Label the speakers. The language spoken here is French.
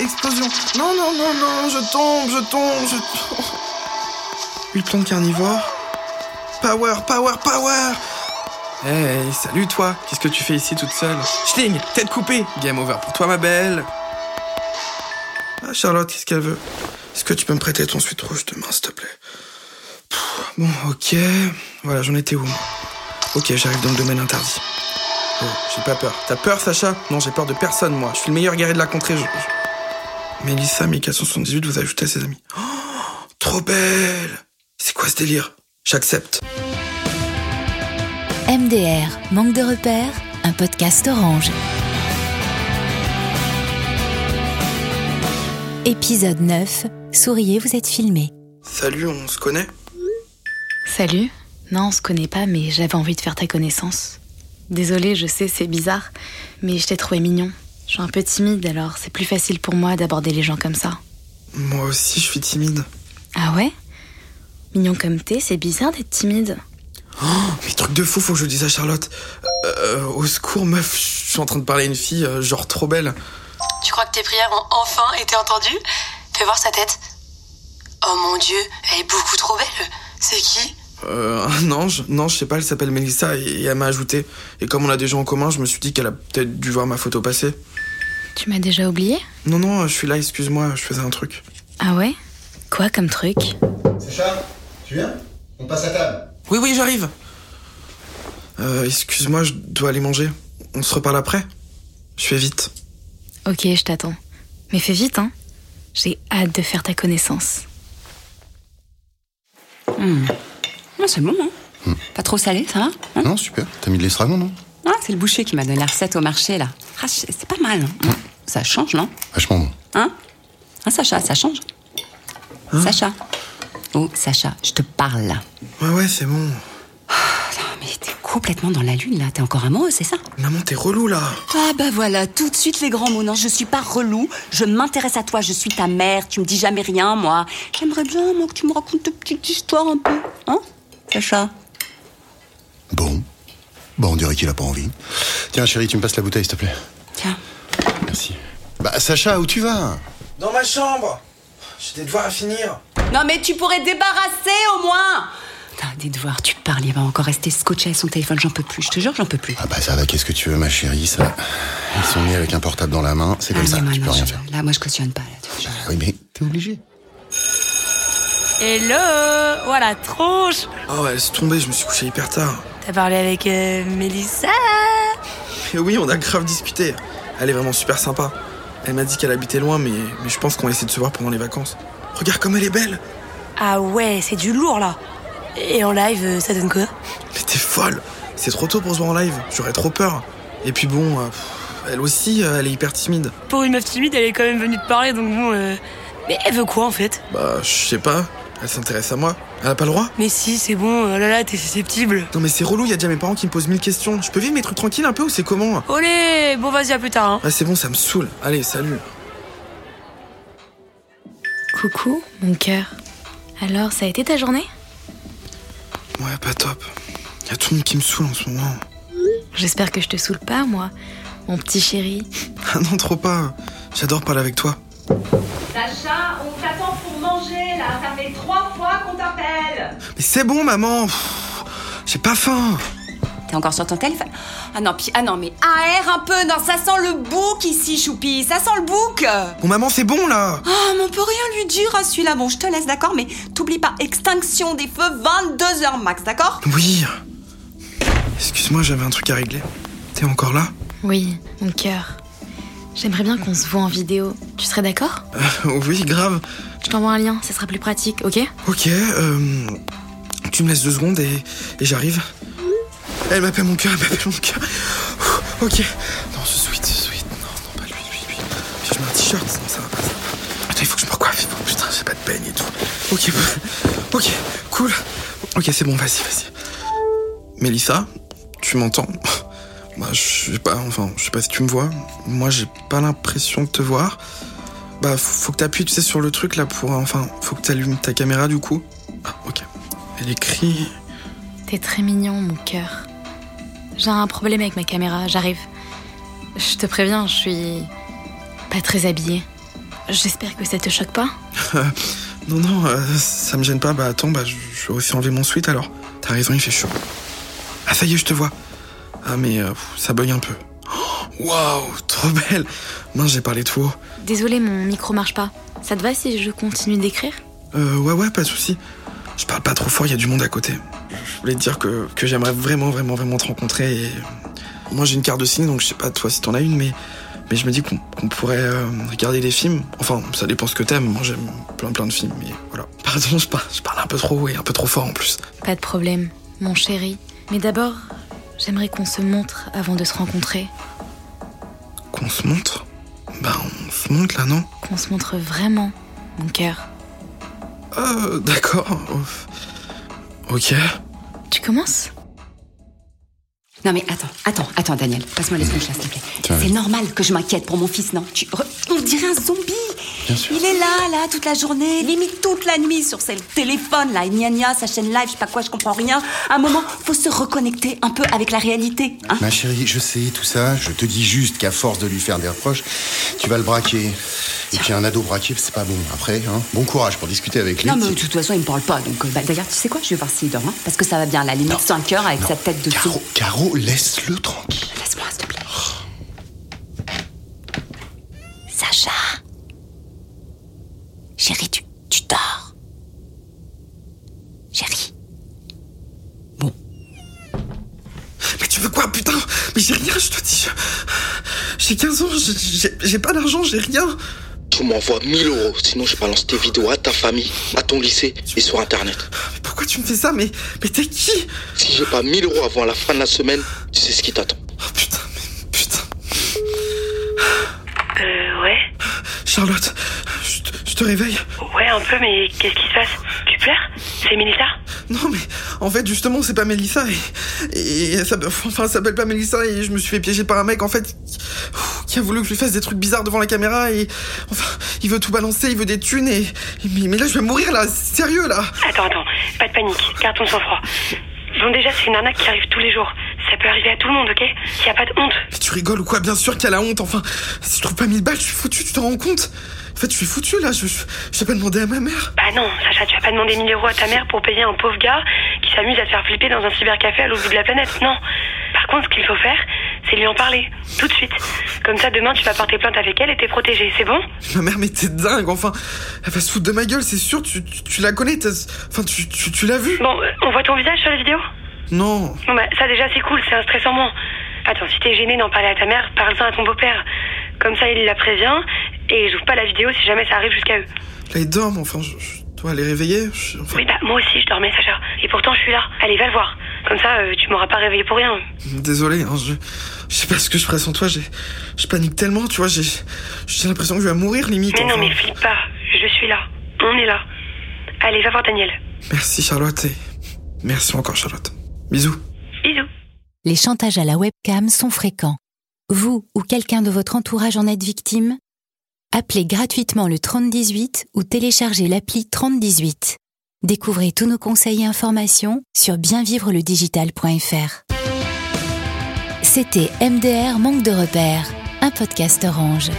Speaker 1: Explosion Non, non, non, non, je tombe, je tombe, je tombe Huit plantes carnivores Power, power, power Hey, salut toi Qu'est-ce que tu fais ici toute seule Schling, tête coupée Game over pour toi ma belle Ah Charlotte, qu'est-ce qu'elle veut Est-ce que tu peux me prêter ton suite rouge demain, s'il te plaît Pff, Bon, ok... Voilà, j'en étais où moi Ok, j'arrive dans le domaine interdit. Oh, j'ai pas peur. T'as peur, Sacha Non, j'ai peur de personne, moi. Je suis le meilleur guerrier de la contrée. Je, je- Mélissa, 1478, vous ajoutez à ses amis. Oh, trop belle C'est quoi ce délire J'accepte.
Speaker 2: MDR, manque de repères, un podcast orange. Épisode 9, souriez, vous êtes filmé.
Speaker 1: Salut, on se connaît
Speaker 3: Salut. Non, on se connaît pas, mais j'avais envie de faire ta connaissance. Désolée, je sais, c'est bizarre, mais je t'ai trouvé mignon. Je suis un peu timide, alors c'est plus facile pour moi d'aborder les gens comme ça.
Speaker 1: Moi aussi, je suis timide.
Speaker 3: Ah ouais Mignon comme t'es, c'est bizarre d'être timide.
Speaker 1: Oh, Mais truc de fou, faut que je le dise à Charlotte. Euh, au secours, meuf, je suis en train de parler à une fille, euh, genre trop belle.
Speaker 4: Tu crois que tes prières ont enfin été entendues Fais voir sa tête. Oh mon dieu, elle est beaucoup trop belle. C'est qui
Speaker 1: Euh, un ange Non, je sais pas, elle s'appelle Mélissa et, et elle m'a ajouté. Et comme on a des gens en commun, je me suis dit qu'elle a peut-être dû voir ma photo passer.
Speaker 3: Tu m'as déjà oublié
Speaker 1: Non, non, je suis là, excuse-moi, je faisais un truc.
Speaker 3: Ah ouais Quoi comme truc
Speaker 5: Sacha, tu viens On passe à table.
Speaker 1: Oui, oui, j'arrive. Euh, excuse-moi, je dois aller manger. On se reparle après Je fais vite.
Speaker 3: Ok, je t'attends. Mais fais vite, hein. J'ai hâte de faire ta connaissance.
Speaker 6: Ah, c'est bon, hein Pas trop salé, ça va hein
Speaker 5: Non, super. T'as mis de l'estragon, non
Speaker 6: Ah, C'est le boucher qui m'a donné la recette au marché, là. Ah, c'est c'est pas mal. hein Ça change, non
Speaker 5: Vachement bon.
Speaker 6: Hein Hein, Sacha, ça change Sacha Oh, Sacha, je te parle, là.
Speaker 1: Ouais, ouais, c'est bon.
Speaker 6: Putain, mais t'es complètement dans la lune, là. T'es encore amoureux, c'est ça
Speaker 1: Maman, t'es relou là.
Speaker 6: Ah, bah voilà, tout de suite les grands mots. Non, je suis pas relou. Je m'intéresse à toi, je suis ta mère. Tu me dis jamais rien, moi. J'aimerais bien, moi, que tu me racontes de petites histoires un peu. Hein Sacha
Speaker 5: Bon. Bon, on dirait qu'il a pas envie. Tiens, chérie, tu me passes la bouteille, s'il te plaît.
Speaker 6: Tiens.
Speaker 5: Merci. Bah, Sacha, où tu vas
Speaker 1: Dans ma chambre J'ai des devoirs à finir.
Speaker 6: Non mais tu pourrais te débarrasser au moins T'as des devoirs, tu parles, il va encore rester scotché à son téléphone, j'en peux plus, je te jure, j'en peux plus.
Speaker 5: Ah bah ça va, qu'est-ce que tu veux, ma chérie, ça va. Ils sont mis avec un portable dans la main, c'est comme
Speaker 6: Ah,
Speaker 5: ça,
Speaker 6: non,
Speaker 5: tu
Speaker 6: non,
Speaker 5: peux rien
Speaker 6: je-
Speaker 5: faire.
Speaker 6: Là, moi, je cautionne pas. Là, tu vois,
Speaker 5: Ah oui, mais t'es obligé.
Speaker 7: Hello Oh la tronche
Speaker 1: Oh, elle se tombée, je me suis couché hyper tard.
Speaker 7: T'as parlé avec euh, Mélissa
Speaker 1: Et oui, on a grave discuté. Elle est vraiment super sympa. Elle m'a dit qu'elle habitait loin, mais, mais je pense qu'on va essayer de se voir pendant les vacances. Regarde comme elle est belle
Speaker 7: Ah ouais, c'est du lourd là Et en live, euh, ça donne quoi
Speaker 1: Mais t'es folle C'est trop tôt pour se voir en live, j'aurais trop peur. Et puis bon, euh, pff, elle aussi, euh, elle est hyper timide.
Speaker 7: Pour une meuf timide, elle est quand même venue te parler, donc bon... euh, Mais elle veut quoi en fait
Speaker 1: Bah, je sais pas, elle s'intéresse à moi. Elle a pas le droit
Speaker 7: Mais si, c'est bon, oh là là, t'es susceptible
Speaker 1: Non mais c'est relou, y a déjà mes parents qui me posent mille questions. Je peux vivre mes trucs tranquilles un peu ou c'est comment euh
Speaker 7: Olé Bon, vas-y, à plus tard, hein
Speaker 1: Ah c'est bon, ça me saoule. Allez, salut.
Speaker 3: Coucou, mon cœur. Alors, ça a été ta journée
Speaker 1: Ouais, pas top. Y a tout le monde qui me saoule en ce moment.
Speaker 3: J'espère que je te saoule pas, moi. Mon petit chéri.
Speaker 1: Ah non, trop pas. J'adore parler avec toi.
Speaker 8: Sacha, on t'attend pour manger là, ça fait trois fois qu'on t'appelle.
Speaker 1: Mais c'est bon, maman. Pff, J'ai pas faim.
Speaker 6: T'es encore sur ton téléphone Ah non, puis, ah non, mais aère un peu, non, ça sent le bouc ici, Choupi, ça sent le bouc
Speaker 1: Bon, maman, c'est bon là.
Speaker 6: Ah, mais on peut rien lui dire à celui-là, bon, je te laisse, d'accord, mais t'oublie pas, extinction des feux, 22h max, d'accord
Speaker 1: Oui. Excuse-moi, j'avais un truc à régler. T'es encore là
Speaker 3: Oui, mon cœur. J'aimerais bien qu'on se voit en vidéo. Tu serais d'accord
Speaker 1: Euh, Oui, grave.
Speaker 3: Je t'envoie un lien, ça sera plus pratique, ok
Speaker 1: Ok, euh, tu me laisses deux secondes et, et j'arrive. Elle m'appelle mon cœur, elle m'appelle mon cœur. Ouh, Ok. Non, ce sweat, ce sweat. Non, non, pas lui, lui, lui. Puis je mets un t-shirt, sinon ça va pas. ça va pas. Attends, il faut que je me coiffe. Putain, j'ai pas de peigne et tout. Ok, bon. ok, cool. Ok, c'est bon, vas-y, vas-y. Mélissa, tu m'entends Bah, je sais pas, enfin, je sais pas si tu me vois. Moi, j'ai pas l'impression de te voir. Bah, faut, faut que t'appuies, tu sais, sur le truc là pour. euh, Enfin, faut que t'allumes ta caméra du coup. Ah, ok. Elle écrit.
Speaker 3: T'es très mignon, mon cœur. J'ai un problème avec ma caméra, j'arrive. Je te préviens, je suis pas très habillée. J'espère que ça te choque pas.
Speaker 1: Non, non, euh, ça me gêne pas. Bah attends, bah je je vais aussi enlever mon sweat alors. T'as raison, il fait chaud. Ah ça y est, je te vois. Ah mais euh, pff, ça bug un peu. Oh, Waouh, trop belle. Mince, j'ai parlé tout haut.
Speaker 3: Désolée, mon micro marche pas. Ça te va si je continue d'écrire
Speaker 1: Euh, ouais, ouais, pas de souci. Je parle pas trop fort, il y a du monde à côté. Je voulais te dire que, que j'aimerais vraiment, vraiment, vraiment te rencontrer. Et... Moi, j'ai une carte de ciné, donc je sais pas toi si t'en as une, mais, mais je me dis qu'on qu'on pourrait euh, regarder des films. Enfin, ça dépend ce que t'aimes. Moi, j'aime plein, plein de films, mais voilà. Pardon, je parle, je parle un peu trop et un peu trop fort en plus.
Speaker 3: Pas de problème, mon chéri. Mais d'abord, j'aimerais qu'on se montre avant de se rencontrer.
Speaker 1: Qu'on se montre Bah, on se montre là, non
Speaker 3: Qu'on se montre vraiment, mon cœur.
Speaker 1: Euh, d'accord. Ok.
Speaker 3: Tu commences
Speaker 6: Non mais attends, attends, attends Daniel, passe-moi l'esponge là s'il te plaît.
Speaker 5: Tiens,
Speaker 6: C'est
Speaker 5: oui.
Speaker 6: normal que je m'inquiète pour mon fils, non Tu re- On dirait un zombie
Speaker 5: Bien sûr.
Speaker 6: Il est là, là, toute la journée, limite toute la nuit sur ses téléphones, là, et gna gna, sa chaîne live, je sais pas quoi, je comprends rien. À un moment, faut se reconnecter un peu avec la réalité, hein
Speaker 5: Ma chérie, je sais tout ça. Je te dis juste qu'à force de lui faire des reproches, tu vas le braquer. Et puis un ado braqué, c'est pas bon. Après, hein, bon courage pour discuter avec lui.
Speaker 6: Non, mais de toute façon, il me parle pas. Donc, euh, bah, d'ailleurs, tu sais quoi Je vais voir s'il dort. hein, parce que ça va bien, là. Limite 5 heures avec sa tête de
Speaker 5: Caro, Caro, laisse-le tranquille.
Speaker 6: sou- Laisse-moi, s'il te plaît. Sacha. Chérie, tu, tu dors. Chérie.
Speaker 1: Mais tu veux quoi, putain Mais j'ai rien, je te dis. je- J'ai 15 ans, j'ai- j'ai- j'ai pas d'argent, j'ai rien.
Speaker 9: Tu m'envoies 1000 euros, sinon je balance tes vidéos à ta famille, à ton lycée et sur internet.
Speaker 1: Mais pourquoi tu me fais ça Mais, mais t'es qui
Speaker 9: Si j'ai pas 1000 euros avant la fin de la semaine, tu sais ce qui t'attend.
Speaker 1: Oh putain, mais putain.
Speaker 7: Euh, ouais.
Speaker 1: Charlotte, je te- je te réveille.
Speaker 7: Ouais, un peu, mais qu'est-ce qui se passe Tu pleures C'est Mélissa
Speaker 1: Non, mais en fait, justement, c'est pas Mélissa. Et, et ça, enfin, ça s'appelle pas Mélissa. Et je me suis fait piéger par un mec, en fait, qui- qui a voulu que je lui fasse des trucs bizarres devant la caméra. Et enfin, il veut tout balancer, il veut des thunes. Et, et- mais, mais là, je vais mourir, là. Sérieux, là.
Speaker 7: Attends, attends, pas de panique, garde ton sang-froid. Bon, déjà, c'est une arnaque qui arrive tous les jours. Ça peut arriver à tout le monde, ok Il n'y a pas de honte.
Speaker 1: Mais tu rigoles ou quoi Bien sûr qu'elle a honte. Enfin, si je trouve pas 1000 balles, je suis foutu, tu t'en rends compte En fait, je suis foutu, là. Je, je, je vais pas demander à ma mère.
Speaker 7: Bah non, Sacha, tu vas pas demander 1000 euros à ta mère pour payer un pauvre gars qui s'amuse à te faire flipper dans un cybercafé à l'autre bout de la planète. Non. Par contre, ce qu'il faut faire, c'est lui en parler, tout de suite. Comme ça, demain, tu vas porter plainte avec elle et t'es protégée, c'est bon
Speaker 1: Ma mère, mais t'es dingue. Enfin, elle va se foutre de ma gueule, c'est sûr. Tu, tu, tu la connais. t'as- Enfin, tu, tu, tu l'as vue
Speaker 7: Bon, euh, on voit ton visage sur la vidéo
Speaker 1: Non.
Speaker 7: Bon bah, ça déjà, c'est cool, c'est un stress en moins. Attends, si t'es gêné d'en parler à ta mère, parle-en à ton beau-père. Comme ça, il la prévient et j'ouvre pas la vidéo si jamais ça arrive jusqu'à eux.
Speaker 1: Là, ils dorment, enfin, je, je dois les réveiller. je- enfin,
Speaker 7: Oui, bah, moi aussi, je dormais, Sacha. Et pourtant, je suis là. Allez, va le voir. Comme ça, euh, tu m'auras pas réveillé pour rien.
Speaker 1: Désolé, hein, je, je sais pas ce que je ferais sans toi, j'ai, je panique tellement, tu vois, j'ai, j'ai l'impression que je vais mourir limite.
Speaker 7: Mais non,
Speaker 1: enfin.
Speaker 7: mais flippe pas. Je suis là. On est là. Allez, va voir Daniel.
Speaker 1: Merci Charlotte et merci encore Charlotte. Bisous.
Speaker 7: Bisous.
Speaker 2: Les chantages à la webcam sont fréquents. Vous ou quelqu'un de votre entourage en êtes victime Appelez gratuitement le 3018 ou téléchargez l'appli 3018. Découvrez tous nos conseils et informations sur bienvivreledigital.fr. C'était MDR Manque de repères, un podcast orange.